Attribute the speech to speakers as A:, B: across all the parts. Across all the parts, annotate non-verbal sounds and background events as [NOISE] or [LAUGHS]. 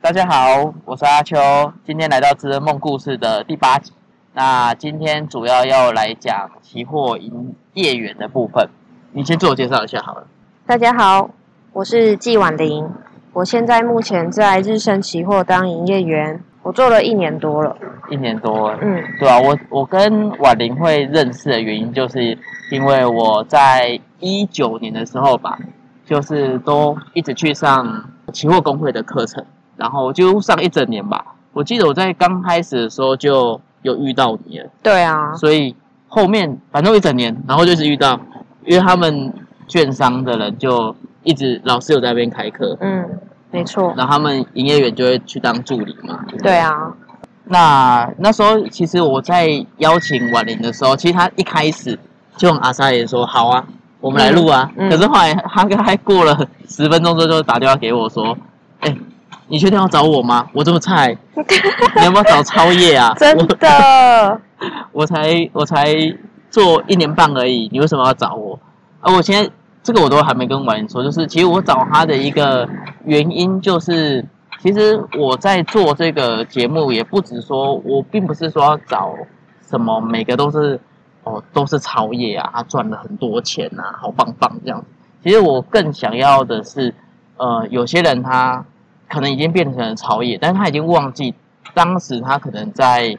A: 大家好，我是阿秋，今天来到《知恩梦故事》的第八集。那今天主要要来讲期货营业员的部分。你先自我介绍一下好了。
B: 大家好，我是季婉玲，我现在目前在日升期货当营业员，我做了一年多了。
A: 一年多了，
B: 嗯，
A: 对啊，我我跟婉玲会认识的原因，就是因为我在一九年的时候吧，就是都一直去上期货工会的课程，然后就上一整年吧。我记得我在刚开始的时候就有遇到你了，
B: 对啊，
A: 所以后面反正一整年，然后就是遇到，因为他们券商的人就一直老师有在那边开课，
B: 嗯，没错，
A: 然后他们营业员就会去当助理嘛，
B: 对啊，
A: 那那时候其实我在邀请婉玲的时候，其实她一开始就跟阿莎也说好啊，我们来录啊。
B: 嗯嗯
A: 可是后来她大概过了十分钟之后，就打电话给我说：“哎、你确定要找我吗？我这么
B: [LAUGHS]
A: 菜，你要不要找超越啊？
B: 真
A: [LAUGHS]
B: 的，
A: 我我才我才做一年半而已，你为什么要找我？啊，我现在这个我都还没跟婉玲说，就是其实我找她的一个原因就是。其实我在做这个节目，也不止说我并不是说要找什么每个都是哦都是超业啊，他赚了很多钱啊，好棒棒这样子。其实我更想要的是，呃，有些人他可能已经变成了超业，但是他已经忘记当时他可能在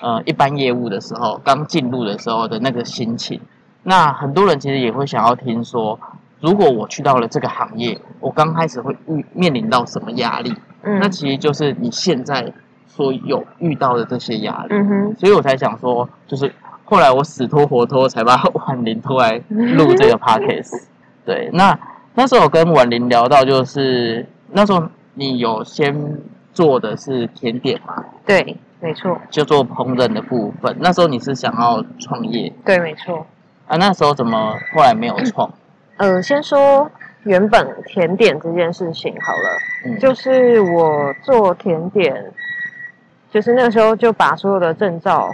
A: 呃一般业务的时候，刚进入的时候的那个心情。那很多人其实也会想要听说，如果我去到了这个行业，我刚开始会遇面临到什么压力？
B: 嗯
A: 那其实就是你现在所有遇到的这些压力，
B: 嗯哼，
A: 所以我才想说，就是后来我死拖活拖才把婉玲拖来录这
B: [LAUGHS]
A: 个 podcast。对，那那时候我跟婉玲聊到，就是那时候你有先做的是甜点嘛，
B: 对，没错，
A: 就做烹饪的部分。那时候你是想要创业
B: 对，没错。
A: 啊？那时候怎么后来没有创？
B: 呃，先说原本甜点这件事情好了。
A: 嗯，
B: 就是我做甜点，就是那个时候就把所有的证照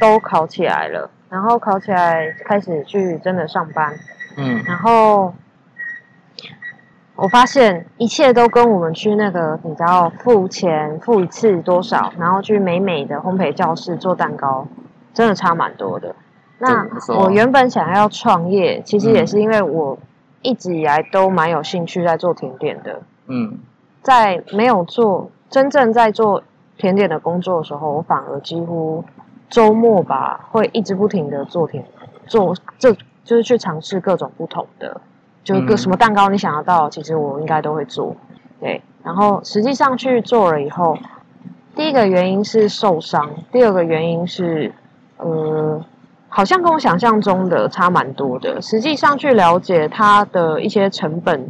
B: 都考起来了，然后考起来开始去真的上班，
A: 嗯
B: 然后我发现一切都跟我们去那个你知道付钱付一次多少，然后去美美的烘焙教室做蛋糕，真的差蛮多的。那
A: 怎么说
B: 我原本想要创业，其实也
A: 哦嗯
B: 是因为我一直以来都蛮有兴趣在做甜点的。
A: 嗯
B: 在没有做真正在做甜点的工作的时候，我反而几乎周末吧会一直不停的做甜，做这就是去尝试各种不同的，就是各
A: 嗯
B: 什么蛋糕你想得到，其实我应该都会做。对，然后实际上去做了以后，第一个原因是受伤，第二个原因是呃。好像跟我想象中的差蛮多的。实际上去了解它的一些成本、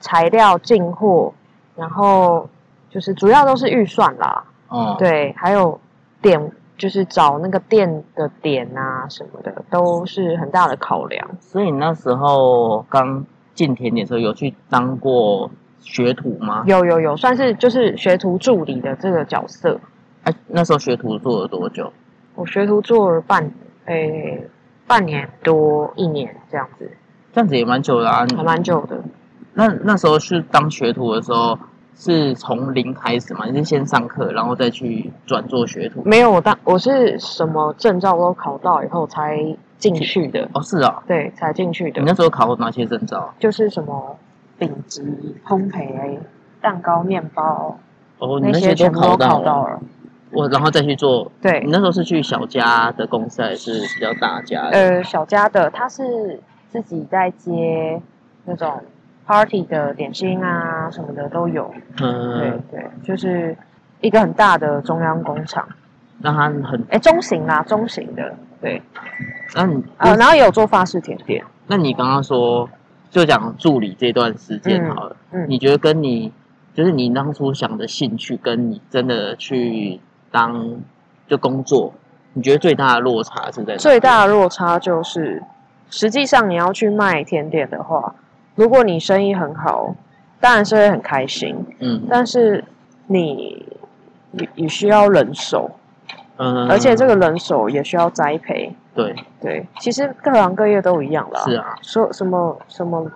B: 材料、进货，然后就是主要都是预算啦，
A: 哦，
B: 对，还有点就是找那个店的点啊什么的，都是很大的考量。
A: 所以你那时候刚进甜点的时候，有去当过学徒吗？
B: 有有有，算是就是学徒助理的这个角色，
A: 哎、那时候学徒做了多久？
B: 我学徒做了半诶、半年多一年这样子，
A: 这样子也蛮久的啊。你
B: 还蛮久的。
A: 那那时候是当学徒的时候，是从零开始嘛？你是先上课，然后再去转做学徒？
B: 没有我当我是什么证照都考到以后才进去的，
A: 哦，是啊、
B: 对，才进去
A: 你
B: 的，
A: 那时候考哪些证照？
B: 就是什么丙级烘焙、蛋糕、面包。
A: 哦，你
B: 那
A: 些
B: 些
A: 都
B: 全部都
A: 到
B: 考到了。
A: 我然后再去做。你
B: 对，
A: 那时候是去小家的公司还是比较大家的？
B: 呃，小家的他是自己在接那种 party 的点心啊什么的都有。对
A: 嗯，
B: 呃对，就是一个很大的中央工厂，
A: 那他很，
B: 哎，中型啦，中型的。对，
A: 那你、
B: 呃，然后也有做法式甜点。
A: 那你刚刚说就讲助理这段时间好了，
B: 嗯，
A: 你觉得跟你就是你当初想的兴趣，跟你真的去当就工作，你觉得最大的落差是在哪里
B: 最大的落差就是，实际上你要去卖甜点的话，如果你生意很好，当然是会很开心，
A: 嗯
B: 但是你你你需要人手。
A: 嗯，
B: 而且这个啊人手也需要栽培。
A: 对
B: 对，其实各行各业都一样啦。
A: 是啊，
B: 说什么什么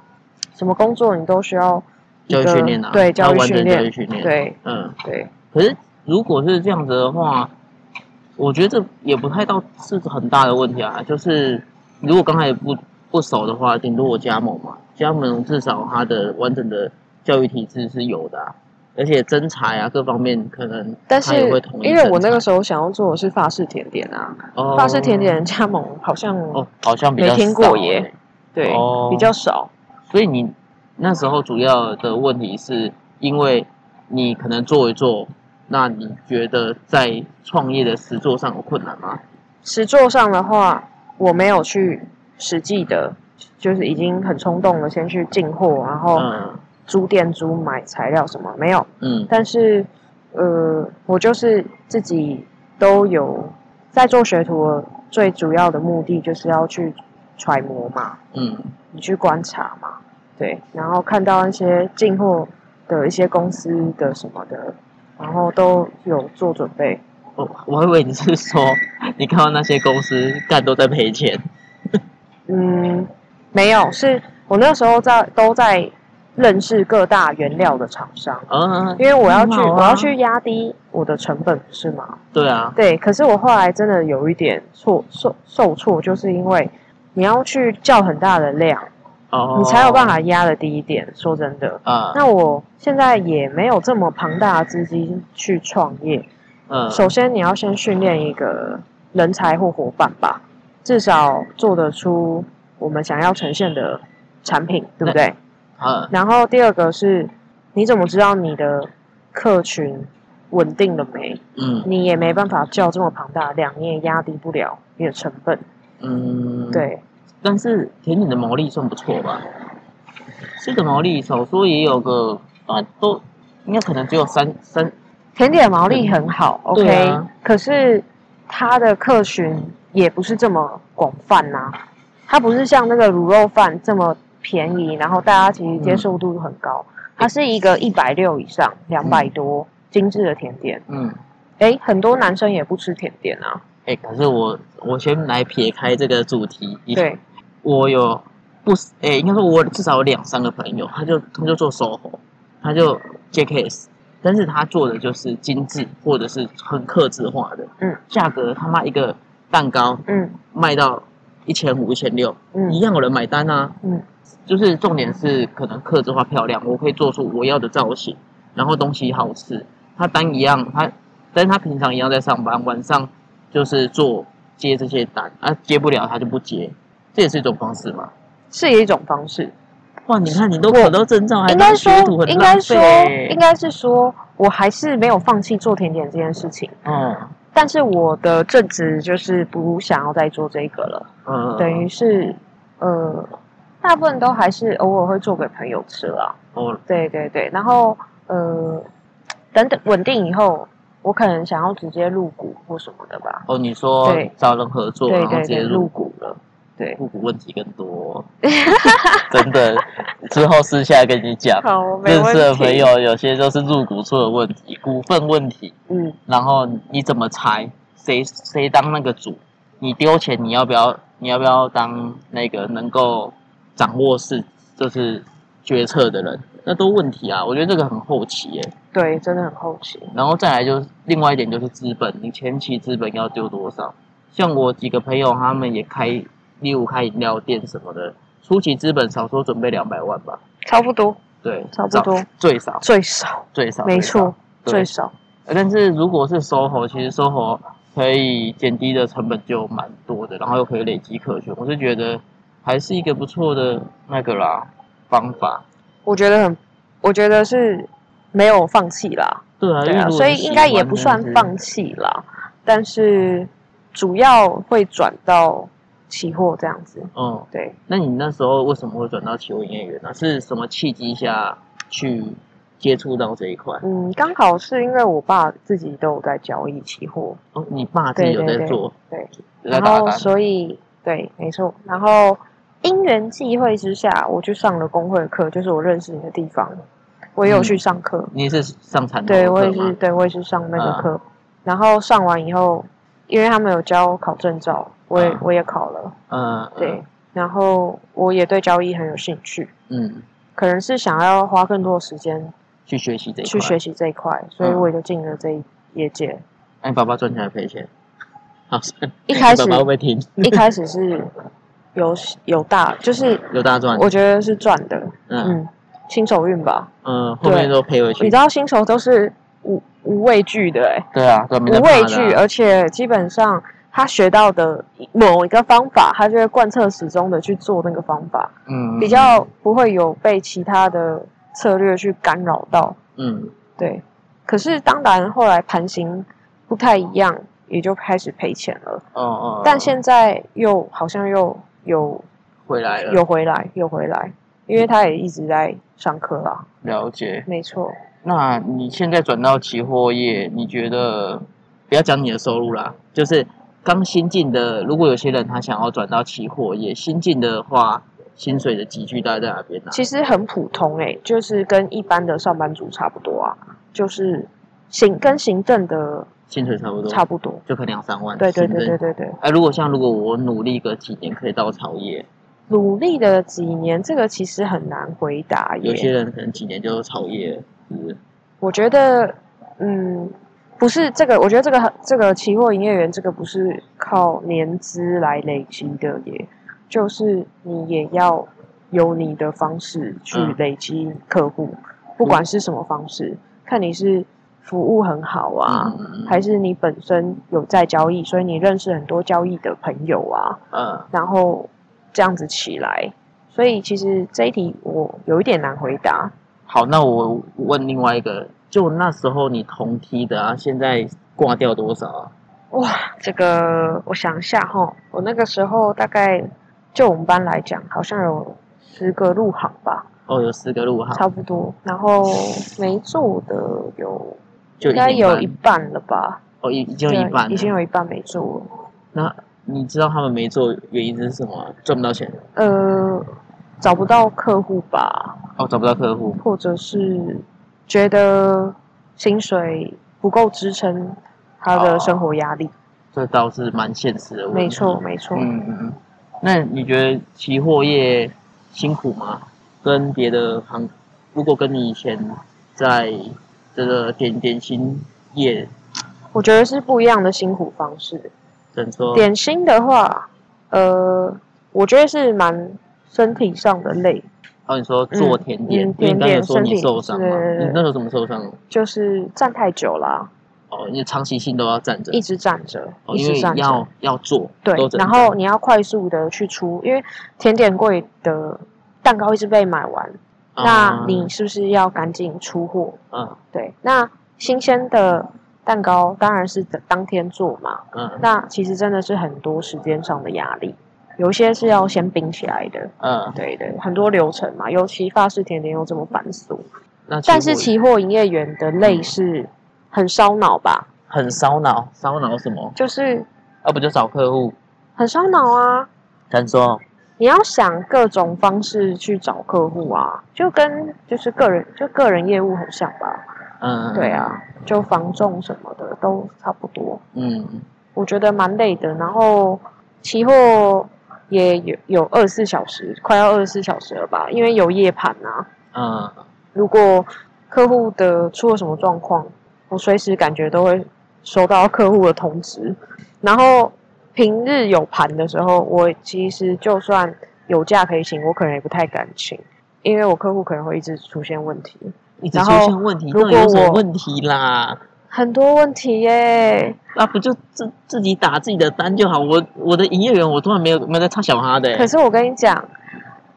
B: 什么工作，你都需要一
A: 教
B: 个
A: 育训练啊，
B: 对教
A: 要
B: 育
A: 完整
B: 训
A: 教育
B: 练，
A: 训练，，
B: 对
A: 嗯，
B: 对。
A: 可是如果是这样子的话，我觉得这也不太到是很大的问题啊。就是如果刚才不不熟的话，顶多我加盟嘛，加盟至少它的完整的教育体制是有的、啊，而且真才啊各方面可能
B: 但
A: 他
B: 是
A: 也会同意
B: 因为我
A: 征才
B: 那个时候想要做的是法式甜点啊，
A: 哦
B: 法式甜点加盟好像、
A: 哦好像比
B: 没
A: 较
B: 听
A: 少
B: 过耶
A: 欸
B: 对、
A: 哦
B: 比较少，
A: 所以你那时候主要的问题是因为你可能做一做，那你觉得在创业的实作上有困难吗？
B: 实作上的话，我没有去实际的，就是已经很冲动了，先去进货，然后
A: 嗯
B: 租店租买材料什么没有。
A: 嗯
B: 但是，呃，我就是自己都有在做学徒的，最主要的目的就是要去揣摩嘛，
A: 嗯
B: 你去观察嘛，对，然后看到一些进货的一些公司的什么的，然后都有做准备。
A: 我我还以为你是说你看到那些公司干都在赔钱，
B: 嗯，没有，是我那时候在都在认识各大原料的厂商，
A: 嗯，
B: 因为我要去、
A: 很好啊
B: 我要去压低我的成本，不是吗？
A: 对啊，
B: 对，可是我后来真的有一点错受受挫，就是因为你要去叫很大的量，
A: 哦，
B: 你才有办法压的低一点。说真的，
A: 啊，
B: 那我现在也没有这么庞大的资金去创业。
A: 嗯
B: 首先，你要先训练一个人才或伙伴吧，至少做得出我们想要呈现的产品，对不对？
A: 嗯
B: 然后第二个是，你怎么知道你的客群稳定了没？
A: 嗯
B: 你也没办法叫这么庞大的量，你也压低不了你的成本。
A: 嗯，。
B: 对，
A: 但是甜点的毛利算不错吧？这个毛利少说也有个啊，都应该可能只有三三
B: 甜点的毛利很好、o
A: 对
B: k
A: 啊
B: 可是它的客群也不是这么广泛呐、它不是像那个卤肉饭这么便宜，然后大家其实接受度很高。
A: 嗯
B: 它是一个一百六以上、两百多、精致的甜点。
A: 嗯。
B: 诶，很多男生也不吃甜点啊。
A: 哎、可是我我先来撇开这个主题，你
B: 对，
A: 我有不是，哎、应该说我至少有两三个朋友，他就他就做 SOHO，他就 JKS，但是他做的就是精致或者是很克制化的，
B: 嗯，
A: 价格他妈一个蛋糕
B: 嗯
A: 卖到一千五、一千六，一
B: 嗯
A: 样有人买单啊，
B: 嗯，
A: 就是重点是可能克制化漂亮，我可以做出我要的造型，然后东西好吃。他单一样，他但是他平常一样在上班，晚上就是做接这些单啊，接不了他就不接，这也是一种方式嘛。
B: 是一种方式。
A: 哇，你看你都考到证照，还
B: 应该
A: 当
B: 说
A: 学徒，很
B: 应
A: 浪
B: 该说
A: 费，欸
B: 应。该是说，我还是没有放弃做甜点这件事情，
A: 嗯
B: 但是我的正职就是不想要再做这个了，
A: 嗯，
B: 等于是，呃，大部分都还是偶尔会做给朋友吃啦。
A: 哦，
B: 对对对，然后呃，等等稳定以后，我可能想要直接入股或什么的吧。
A: 哦，你说
B: 对
A: 找人合作，
B: 对
A: 然后
B: 对
A: 直接
B: 对，
A: 入
B: 入
A: 股
B: 股了。对，
A: 入股问题更
B: [LAUGHS]
A: 多，真的。之后私下跟你讲，
B: 好，没
A: 认
B: 问
A: 识
B: 题。
A: 的朋，友有些就是入股出了问题，股份问题，
B: 嗯，
A: 然后你怎么猜谁谁当那个主？你丢钱，你要不要？你要不要当那个能够掌握是就是决策的人？那都问题啊，我觉得这个很后期耶、
B: 对，真的很好奇。
A: 然后再来就是另外一点就是资本，你前期资本要丢多少？像我几个朋友，他们也开，例如开饮料店什么的，初期资本少说准备两百万吧，
B: 差不多，
A: 对，
B: 差不多
A: 少最少
B: 最少，
A: 最少，
B: 没
A: 最少
B: 错，
A: 对
B: 最少。
A: 呃但是如果是 SOHO，其实 SOHO 可以减低的成本就蛮多的，然后又可以累积客群，我是觉得还是一个不错的那个啦方法。
B: 我觉得很，我觉得是没有放弃啦，
A: 对啊，
B: 对
A: 因为
B: 啊，
A: 如果
B: 所以
A: 是
B: 应该
A: 喜欢
B: 也不算
A: 就是
B: 放弃啦，但是主要会转到期货这样子，
A: 嗯，
B: 对，
A: 那你那时候为什么会转到企鹅营业员呢、啊是什么契机下去接触到这一块？
B: 嗯，刚好是因为我爸自己都有在交易期货，
A: 哦，你爸自己有在做，
B: 对对
A: 有在
B: 然
A: 打
B: 后
A: 单，
B: 所以对，没错，然后因缘际会之下，我去上了工会课，就是我认识你的地方，我也有
A: 嗯
B: 去上课，
A: 你也是上产
B: 对
A: 头
B: 我
A: 的
B: 也
A: 课
B: 是，
A: 吗？
B: 对我也是上那
A: 啊
B: 个课，然后上完以后，因为他们有教考证照，我也、
A: 啊
B: 我也考了，
A: 嗯，
B: 对，然后我也对交易很有兴趣，
A: 嗯，
B: 可能是想要花更多的时间
A: 去学习这一块。
B: 去学习这一块，所以
A: 嗯哎
B: 我也就进了这一业界。
A: 那你爸爸赚钱还赔钱？好，
B: 一开始
A: 你爸爸会不会听？
B: 一开始是有有大，就是
A: 有大赚，
B: 我觉得是赚的，
A: 嗯
B: 嗯，新手运吧。
A: 嗯，后面都赔回
B: 你
A: 去
B: 知。道新手都是无无畏惧的、欸，
A: 对啊，对啊，没在
B: 无
A: 怕
B: 畏
A: 的啊
B: 惧，而且基本上他学到的某一个方法，他就会贯彻始终的去做那个方法，
A: 嗯，
B: 比较不会有被其他的策略去干扰到。
A: 嗯，
B: 对，可是当然后来盘行不太一样，也就开始赔钱了。
A: 哦哦，
B: 但现在又好像又有
A: 回来了，
B: 有回来，有回来，因为他也一直在上课啦。
A: 了解。
B: 没错，
A: 那你现在转到期货业，你觉得不要讲你的收入啦，就是刚新进的，如果有些人他想要转到期货业，新进的话，薪水的集聚大概在哪边啊呢、
B: 其实很普通诶、就是跟一般的上班族差不多啊，就是行跟行政的
A: 薪水差不多，
B: 差不多。
A: 就可能两三万。
B: 对对
A: 新
B: 对
A: 增
B: 对。对对，
A: 哎，如果像如果我努力个几年可以到草业，
B: 努力的几年，这个其实很难回答
A: 有些
B: 耶。
A: 人可能几年就草业了，是不是？
B: 我觉得，嗯，不是这个，我觉得这个这个期货营业员这个不是靠年资来累积的耶，就是你也要有你的方式去
A: 嗯
B: 累积客户，不管是什么方式，看你是服务很好啊。
A: 嗯嗯嗯
B: 还是你本身有在交易，所以你认识很多交易的朋友啊，
A: 嗯
B: 然后这样子起来。所以其实这一题我有一点难回答。
A: 好，那我问另外一个，就那时候你同梯的啊，现在挂掉多少啊？
B: 这个我想一下哈，我那个时候大概就我们班来讲，好像有十个入行吧，
A: 哦，有四个入行，
B: 差不多。然后没做的有
A: 就
B: 应该
A: 年
B: 有
A: 半
B: 一半了吧？
A: 哦，已已经有
B: 对
A: 一半了
B: 已经有一半没做了。
A: 那你知道他们没做原因是什么啊？赚不到钱
B: 呃，找不到客户吧，
A: 哦，找不到客户
B: 或者是觉得薪水不够支撑他的生活压力。
A: 这倒是蛮现实的问题。
B: 没错，没错。
A: 哦嗯嗯嗯。那你觉得期货业辛苦吗？跟别的行，如果跟你以前在这个点点心业，
B: 我觉得是不一样的辛苦方式。
A: 怎么说？
B: 点心的话，呃，我觉得是蛮身体上的累，
A: 哦，你说做甜点，
B: 嗯
A: 因为你刚才有说
B: 甜点身
A: 你
B: 体
A: 受伤嘛？
B: 对对对
A: 你那时候怎么受伤？
B: 就是站太久啦，
A: 哦，你长期性都要站着
B: 一，直站着，
A: 哦，
B: 一
A: 因为
B: 直站着。
A: 要要做，
B: 对
A: 都，整
B: 然后你要快速的去出，因为甜点柜的蛋糕一直被买完，
A: 嗯
B: 那你是不是要赶紧出货？
A: 嗯
B: 对，那新鲜的蛋糕当然是当天做嘛，
A: 嗯
B: 那其实真的是很多时间上的压力，有一些是要先冰起来的，
A: 嗯，
B: 对对，很多流程嘛，尤其法式甜点又这么繁琐。
A: 那
B: 但是
A: 其
B: 期货营业员的累是很烧脑吧？
A: 很烧脑，烧脑什么？
B: 就是
A: 啊，不就找客户？
B: 很烧脑啊！
A: 咱说，
B: 你要想各种方式去找客户啊，就跟就是个人就个人业务很像吧？
A: 嗯，
B: 对，啊，就防重什么的都差不多，
A: 嗯，
B: 我觉得蛮累的。然后期货也有有二十四小时，快要二十四小时了吧？因为有夜盘啊。
A: 嗯，
B: 如果客户的出了什么状况，我随时感觉都会收到客户的通知。然后平日有盘的时候，我其实就算有假可以请，我可能也不太敢请，因为我客户可能会一直出现问题，
A: 一直
B: 然
A: 出
B: 后
A: 现问题，
B: 如
A: 那有
B: 果
A: 什么
B: 我
A: 问题啦？
B: 很多问题耶。
A: 那不就自自己打自己的单就好？我我的营业员，我突然没有没有在插小哈的欸，
B: 可是我跟你讲，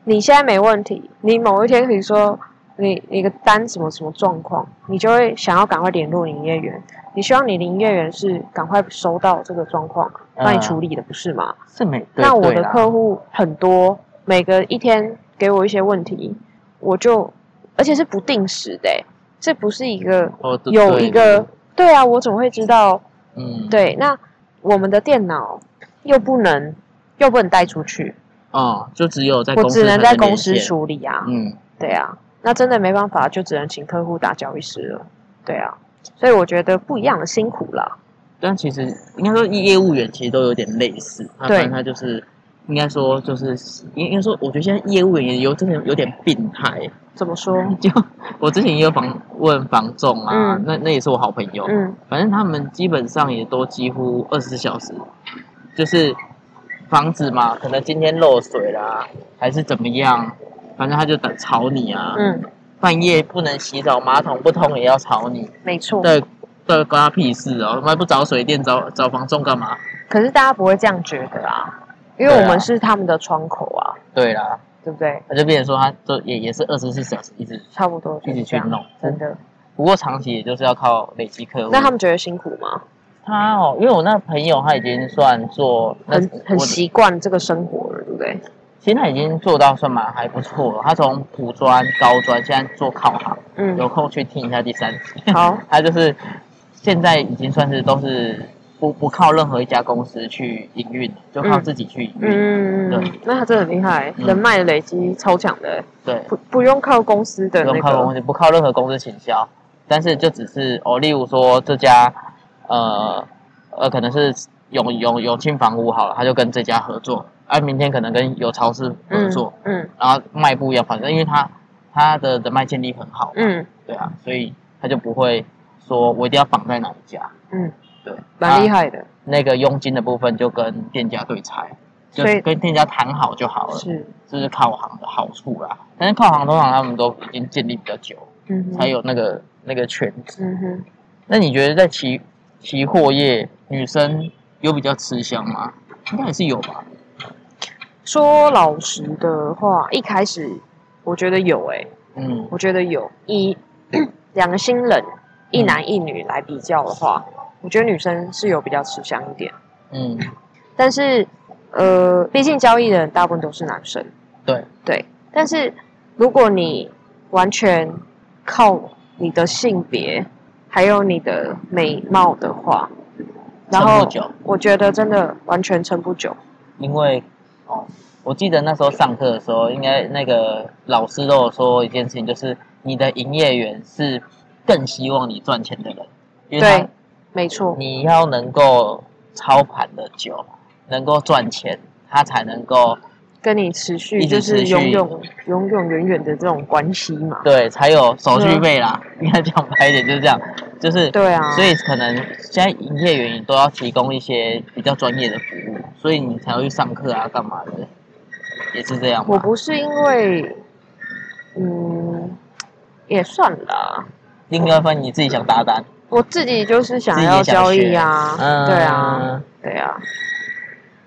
B: 你现在没问题，你某一天可以说你你的单什么什么状况，你就会想要赶快联络营业员。你希望你的营业员是赶快收到这个状况，帮你
A: 嗯
B: 处理的，不是吗？
A: 是没？对
B: 那我
A: 对
B: 的
A: 啦
B: 客户很多，每个一天给我一些问题，我就而且是不定时的欸、这不是一个
A: 哦对
B: 有
A: 对
B: 一个对啊，我怎么会知道
A: 嗯
B: 对，那我们的电脑又不能又不能带出去，
A: 哦，就只有在
B: 我
A: 公司
B: 只能
A: 才
B: 在
A: 连
B: 公司
A: 线
B: 处理啊。
A: 嗯，
B: 对啊，那真的没办法，就只能请客户打交易师了。对啊，所以我觉得不一样的辛苦啦。
A: 但其实应该说业务员其实都有点类似，他
B: 对
A: 反正他就是应该说就是应应该说，我觉得现在业务员也有真的有点病态。
B: 怎么说？
A: [LAUGHS] 就我之前也有访问房仲啊，
B: 嗯
A: 那那也是我好朋友，
B: 嗯
A: 反正他们基本上也都几乎二十四小时，就是房子嘛，可能今天漏水啦，还是怎么样，反正他就等吵你啊，
B: 嗯，
A: 半夜不能洗澡，马桶不通也要吵你，
B: 没错。
A: 对对，关他屁事哦，他妈不找水电找找房仲干嘛？
B: 可是大家不会这样觉得啊，因为
A: 对啊
B: 我们是他们的窗口啊，
A: 对啦，
B: 对不对？
A: 他就变成说他就也也是二十四小时一直，
B: 差不多就是
A: 一直
B: 这
A: 去
B: 样
A: 弄，嗯
B: 真的。
A: 不过长期也就是要靠累积客户。
B: 那他们觉得辛苦吗？
A: 他哦，因为我那朋友他已经算做那
B: 很很
A: 我
B: 习惯这个生活了，对不对？
A: 其实他已经做到算蛮还不错了。他从普专、高专，现在做考行，有
B: 嗯，
A: 空去听一下第三集。
B: 好，
A: [LAUGHS] 他就是现在已经算是都是不不靠任何一家公司去营运了，就靠
B: 嗯
A: 自己去营运。
B: 嗯，
A: 对
B: 那他真的很厉害，
A: 嗯
B: 人脉的累积超强的，
A: 对，
B: 不不用靠公司的
A: 不用
B: 那
A: 靠
B: 个，
A: 公司，不靠任何公司行销，但是就只是哦，例如说这家，呃呃，可能是永永永庆房屋好了，他就跟这家合作，啊，明天可能跟有超市合
B: 嗯
A: 作。
B: 嗯
A: 然后卖不一样，反正因为他他的人脉建立很好，
B: 嗯
A: 对啊，所以他就不会说我一定要绑在哪一家，
B: 嗯，
A: 对，
B: 蛮厉
A: 害。
B: 害的，
A: 那个佣金的部分就跟店家对拆，就
B: 所以
A: 跟店家谈好就好了，
B: 是，
A: 这是靠行的好处啦。但是靠行通常他们都已经建立比较久，
B: 嗯哼
A: 才有那个那个圈子。
B: 嗯哼，
A: 那你觉得在期期货业女生有比较吃香吗？应该也是有吧。
B: 说老实的话，一开始我觉得有诶、
A: 嗯
B: 我觉得有以 [CLEARS THROAT] 两个新人一男一女来比较的话，我觉得女生是有比较吃香一点，
A: 嗯，
B: 但是呃，毕竟交易的人大部分都是男生，
A: 对，
B: 对。但是如果你完全靠你的性别还有你的美貌的话，然
A: 撑
B: 后
A: 不久
B: 我觉得真的完全撑不久。
A: 因为哦，我记得那时候上课的时候，应该那个老师都有说一件事情，就是你的营业员是更希望你赚钱的人，因为
B: 对
A: 他，
B: 没错，
A: 你要能够操盘的久，能够赚钱，他才能够
B: 跟你持续
A: 一直
B: 就是
A: 持续
B: 永永永永远远的这种关系嘛。
A: 对才有手续费啦。应该讲白一点就是这样，就是
B: 对啊
A: 所以可能现在营业员也都要提供一些比较专业的服务，所以你才会去上课啊，干嘛的，也是这样
B: 我
A: 吧？
B: 不是因为，嗯，也算啦。
A: 另外一份你自己想打单。
B: 我自己就是想
A: 自己
B: 要
A: 也想
B: 交易
A: 学
B: 啊，
A: 嗯
B: 对啊，对啊。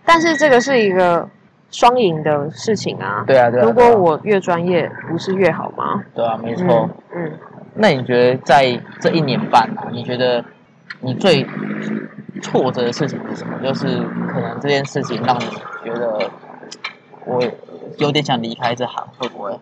B: 但是这个是一个双赢的事情啊。
A: 对啊，对啊。对
B: 如果
A: 啊
B: 我越专业，不是越好吗？
A: 对啊，没
B: 没
A: 错。，
B: 嗯，
A: 那你觉得在这一年半啊，你觉得你最挫折的事情是什么？就是可能这件事情让你觉得我有点想离开这行，会不会？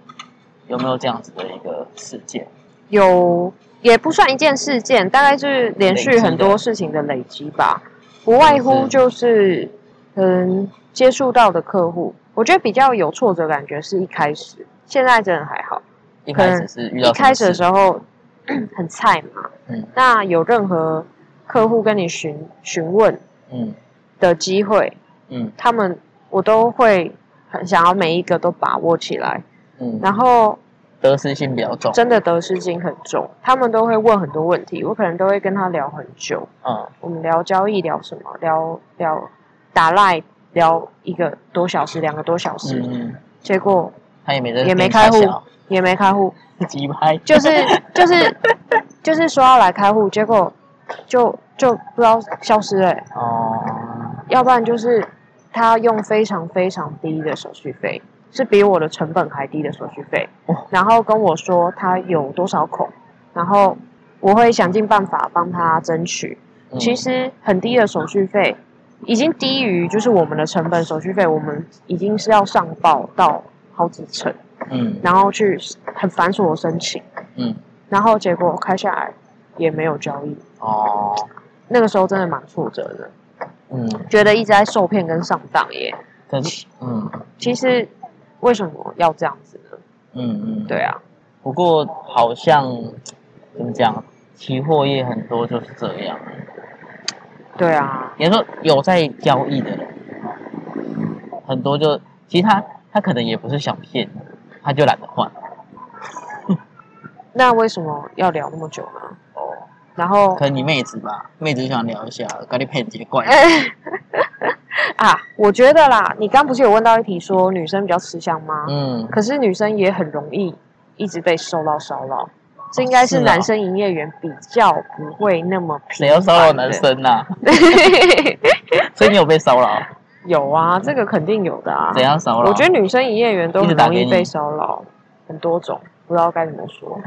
A: 有没有这样子的一个事件？
B: 有也不算一件事件，大概是连
A: 累
B: 续
A: 积的
B: 很多事情的累积吧。不外乎
A: 是
B: 就是，嗯，接触到的客户，我觉得比较有挫折感觉是一开始，现在真的还好。
A: 一开始是遇到
B: 一开始的时
A: 候，
B: 候 [CLEARS THROAT] 很菜嘛，
A: 嗯
B: 那有任何客户跟你询询问
A: 嗯
B: 的机会，
A: 嗯
B: 他们我都会很想要每一个都把握起来，
A: 嗯，
B: 然后
A: 得失心比较重，
B: 真的得失心很重，他们都会问很多问题，我可能都会跟他聊很久，
A: 嗯
B: 我们聊交易，聊什么，聊聊打赖，聊一个多小时，两个多小时，
A: 嗯嗯，
B: 结果
A: 他也没在
B: 也没
A: 跟你撒
B: 开户
A: 小，
B: 也没开户，
A: 鸡拍
B: 就是就是就是说要来开户，结果就就不知道消失了欸、
A: 哦，
B: 要不然就是他用非常非常低的手续费，是比我的成本还低的手续费
A: 哇，
B: 然后跟我说他有多少孔，然后我会想尽办法帮他争取。
A: 嗯
B: 其实很低的手续费，已经低于就是我们的成本手续费，我们已经是要上报到好几成，
A: 嗯
B: 然后去很繁琐的申请。
A: 嗯
B: 然后结果开下来也没有交易，
A: 哦
B: 那个时候真的蛮挫折的，
A: 嗯，
B: 觉得一直在受骗跟上当耶。
A: 可是嗯
B: 其实为什么要这样子呢？
A: 嗯嗯，
B: 对啊，
A: 不过好像怎么讲，期货业很多就是这样。
B: 对啊，
A: 也就是说有在交易的人，哦很多就其实他他可能也不是想骗你，他就懒得换。
B: 那为什么要聊那么久呢？
A: 哦，
B: 然后 [LAUGHS]
A: 可能你妹子吧，妹子就想聊一下，跟你骗结怪。
B: 哎啊，我觉得啦，你刚不是有问到一题说女生比较吃香吗？
A: 嗯，
B: 可是女生也很容易一直被受到骚扰，这应该是
A: 哦是啊
B: 男生营业员比较不会
A: [LAUGHS]
B: 那么
A: 谁要骚扰男生呐、
B: 频
A: 啊所以你有被骚扰？
B: 有哦啊，这个肯定有的啊。
A: 怎样骚扰？
B: 我觉得女生营业员都
A: 一直
B: 很
A: 打
B: 容易
A: 给
B: 被
A: 你
B: 骚扰，很多种，不知道该怎么说。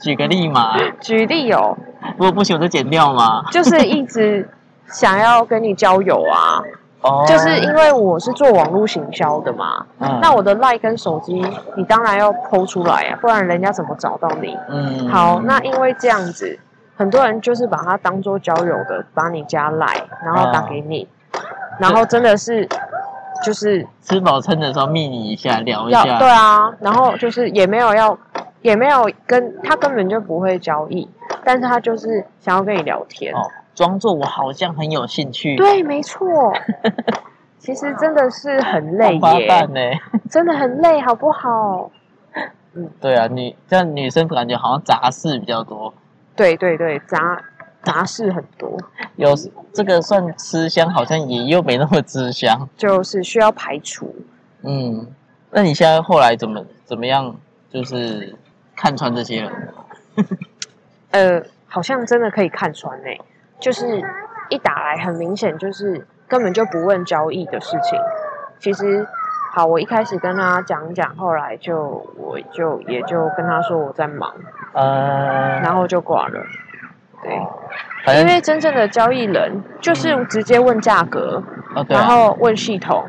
A: 举个例嘛，
B: 举例有，
A: 如果不行我就剪掉嘛。
B: 就是一直想要跟你交友啊，
A: [LAUGHS] 哦，
B: 就是因为我是做网络行销的嘛，
A: 嗯
B: 那我的 line 跟手机，你当然要剖出来啊，不然人家怎么找到你？
A: 嗯
B: 好，那因为这样子，很多人就是把它当做交友的，把你加 line，然后
A: 啊
B: 打给你，然后真的是就是
A: 吃饱撑的时候密你一下，聊一
B: 要
A: 下。
B: 对啊，然后就是也没有要，也没有跟他根本就不会交易，但是他就是想要跟你聊天。
A: 哦，装作我好像很有兴趣。，
B: 对，
A: [LAUGHS]
B: 没错。其实真的是很累
A: 王八
B: 耶
A: 蛋，呢、
B: 真的很累，好不好？
A: 对啊，女这样女生感觉好像杂事比较多，
B: 对对对，杂杂事很多，
A: 有时这个算吃香，好像也又没那么吃香。
B: 就是需要排除。
A: 嗯，那你现在后来怎么怎么样？就是看穿这些人，
B: 呃，好像真的可以看穿呢、就是一打来，很明显就是根本就不问交易的事情。其实，好，我一开始跟他讲一讲，后来就我就也就跟他说我在忙，
A: 呃，
B: 然后就挂了。对，
A: 反
B: 因
A: 正
B: 为真正的交易人就是
A: 嗯
B: 直接问价格，
A: 哦对
B: 然
A: 啊，
B: 后问系统，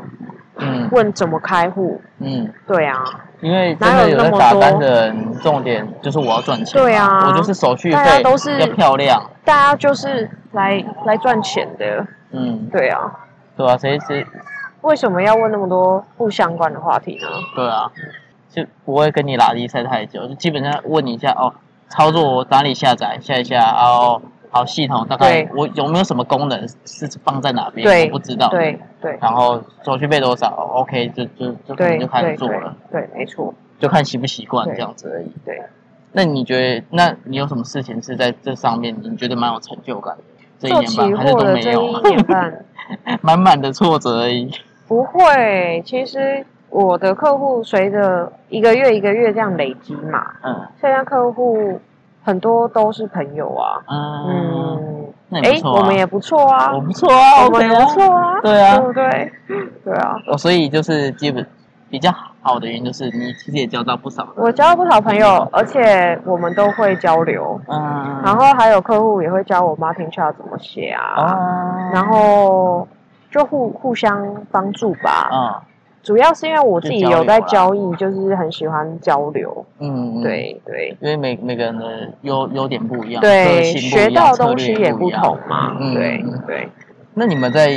A: 嗯
B: 问怎么开户。
A: 嗯，
B: 对啊，
A: 因为真
B: 哪
A: 的有
B: 有那
A: 在
B: 么
A: 打
B: 多
A: 单的人，重点就是我要赚钱嘛，
B: 对啊
A: 我就是手续
B: 大家
A: 费
B: 都是
A: 要漂亮，
B: 大家就是来来赚钱的。
A: 嗯，
B: 对啊，
A: 对啊，谁谁
B: 为什么要问那么多不相关的话题呢？
A: 对啊，就不会跟你拉低塞太久，就基本上问你一下哦，操作哪里下载下一下哦，好系统大概
B: 对
A: 我有没有什么功能是放在哪边，
B: 对
A: 我不知道。，
B: 对对
A: 然后手续费多少哦，OK，就就就可能
B: 对对
A: 就开
B: 对
A: 始做了，
B: 对，没错，
A: 就看习不习惯
B: 对
A: 这样子而已。
B: 对。
A: 那你觉得，那你有什么事情是在这上面你觉得蛮有成就感的？这一
B: 做
A: 年
B: 期
A: 半还是
B: 货
A: 都
B: 的
A: 没
B: 这
A: 有，
B: 一年半
A: [LAUGHS]
B: [LAUGHS]
A: 满满的挫折而已。
B: 不会，其实我的客户随着一个月一个月这样累积嘛，
A: 嗯
B: 现在客户很多都是朋友啊，
A: 嗯，
B: 嗯，
A: 那也
B: 哎
A: 不，错啊，
B: 我们也不错啊
A: 我，不错啊，
B: 我
A: OK
B: 们也
A: 啊
B: 不错啊，
A: 对啊
B: [LAUGHS] 对不对？对啊，
A: 哦，所以就是基本比较好的原因就是你其实也交到不少的，
B: 我交了不少朋友，而且我们都会交流，
A: 嗯，
B: 然后还有客户也会教我 Martin Chart 怎么写啊，
A: 啊，
B: 然后就互互相帮助吧。
A: 啊，
B: 主要是因为我自己
A: 就交流啊
B: 有在
A: 啦
B: 交易，就是很喜欢交流。
A: 嗯，嗯，
B: 对对
A: 因为每每个人的优优点不一样，个
B: 对，
A: 性不
B: 学
A: 一样
B: 到东
A: 策
B: 西
A: 略
B: 也
A: 不
B: 不
A: 一样。
B: 同嘛。
A: 嗯
B: 对
A: 嗯
B: 对，
A: 那你们在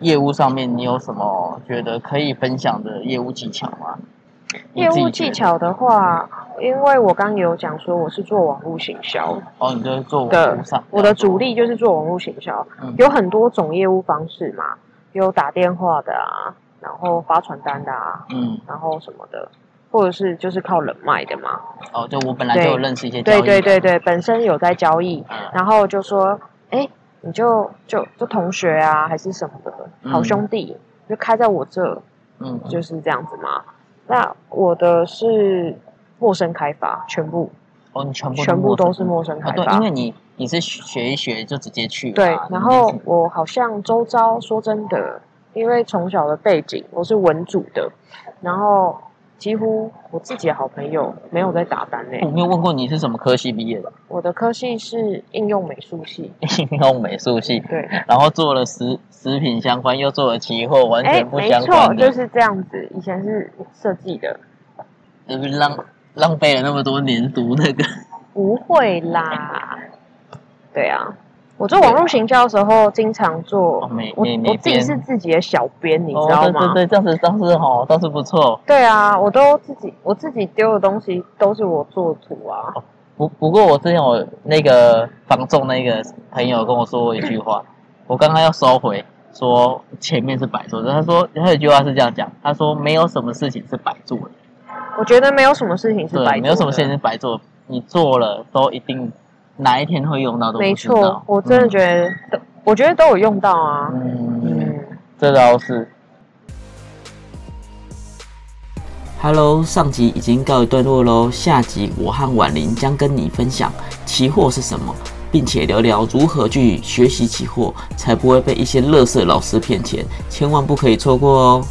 A: 业务上面，你有什么觉得可以分享的业务技巧吗？你
B: 业
A: 自己
B: 务
A: 觉
B: 技
A: 得
B: 巧的话，因为我刚有讲说我是做网络行销，
A: 哦，你就是做
B: 的
A: 网络上
B: 我的主力就是做网络行销，
A: 嗯
B: 有很多种业务方式嘛，有打电话的啊，然后发传单的啊，
A: 嗯，
B: 然后什么的，或者是就是靠人脉的嘛。
A: 哦，就我本来就有
B: 对
A: 认识一些交易
B: 对对
A: 人
B: 对，对，本身有在交易，
A: 嗯
B: 然后就说，哎，你就就就同学啊，还是什么的，
A: 嗯
B: 好兄弟，就开在我这，
A: 嗯，就
B: 就是这样子嘛。那我的是陌生开发，全部
A: 哦，你全部
B: 全部都
A: 陌
B: 是
A: 生
B: 陌生
A: 哦
B: 开，
A: 对，
B: 发
A: 因。为你你是学一学就直接去了
B: 对
A: 啊，
B: 然
A: 你没什
B: 后
A: 么
B: 我好像周遭说真的，因为从小的背景我是文组的，然后几乎我自己的好朋友没有在打单嘞、
A: 我没有问过你是什么科系毕业的， [LAUGHS]
B: 我的科系是应用美术系，
A: 应用美术系，
B: 对，
A: 然后做了食食品相关，又做了期货，完
B: 哎，
A: 全不
B: 没
A: 相
B: 错，
A: 关的，
B: 就是这样子。以前是设计的，
A: 就是浪浪费了那么多年读那个，
B: 不会啦。对啊，我做网络行销的时候，经常做，
A: 哦没
B: 我
A: 没没
B: 我自己
A: 编
B: 是自己的小编，你知
A: 哦，
B: 道
A: 对
B: 吗？
A: 对对，这样子当时好倒是不错。
B: 对啊，我都自己我自己丢的东西都是我做图啊。
A: 不不过我之前我那个房仲那个朋友跟我说过一句话，我刚刚要收回，说前面是白做的，他说他有一句话是这样讲，他说没有什么事情是白做的，
B: 我觉得没有什么事情是白做
A: 对，
B: 的
A: 没有什么事情是白做的，你做了都一定哪一天会用到都不
B: 没
A: 知道
B: 错，我真的觉得都，我觉得都有用到啊。
A: 嗯嗯，
B: 嗯，
A: 这倒是。Hello，上集已经告一段落喽。下集我和婉玲将跟你分享期货是什么，并且聊聊如何去学习期货，才不会被一些乐色老师骗钱。千万不可以错过哦。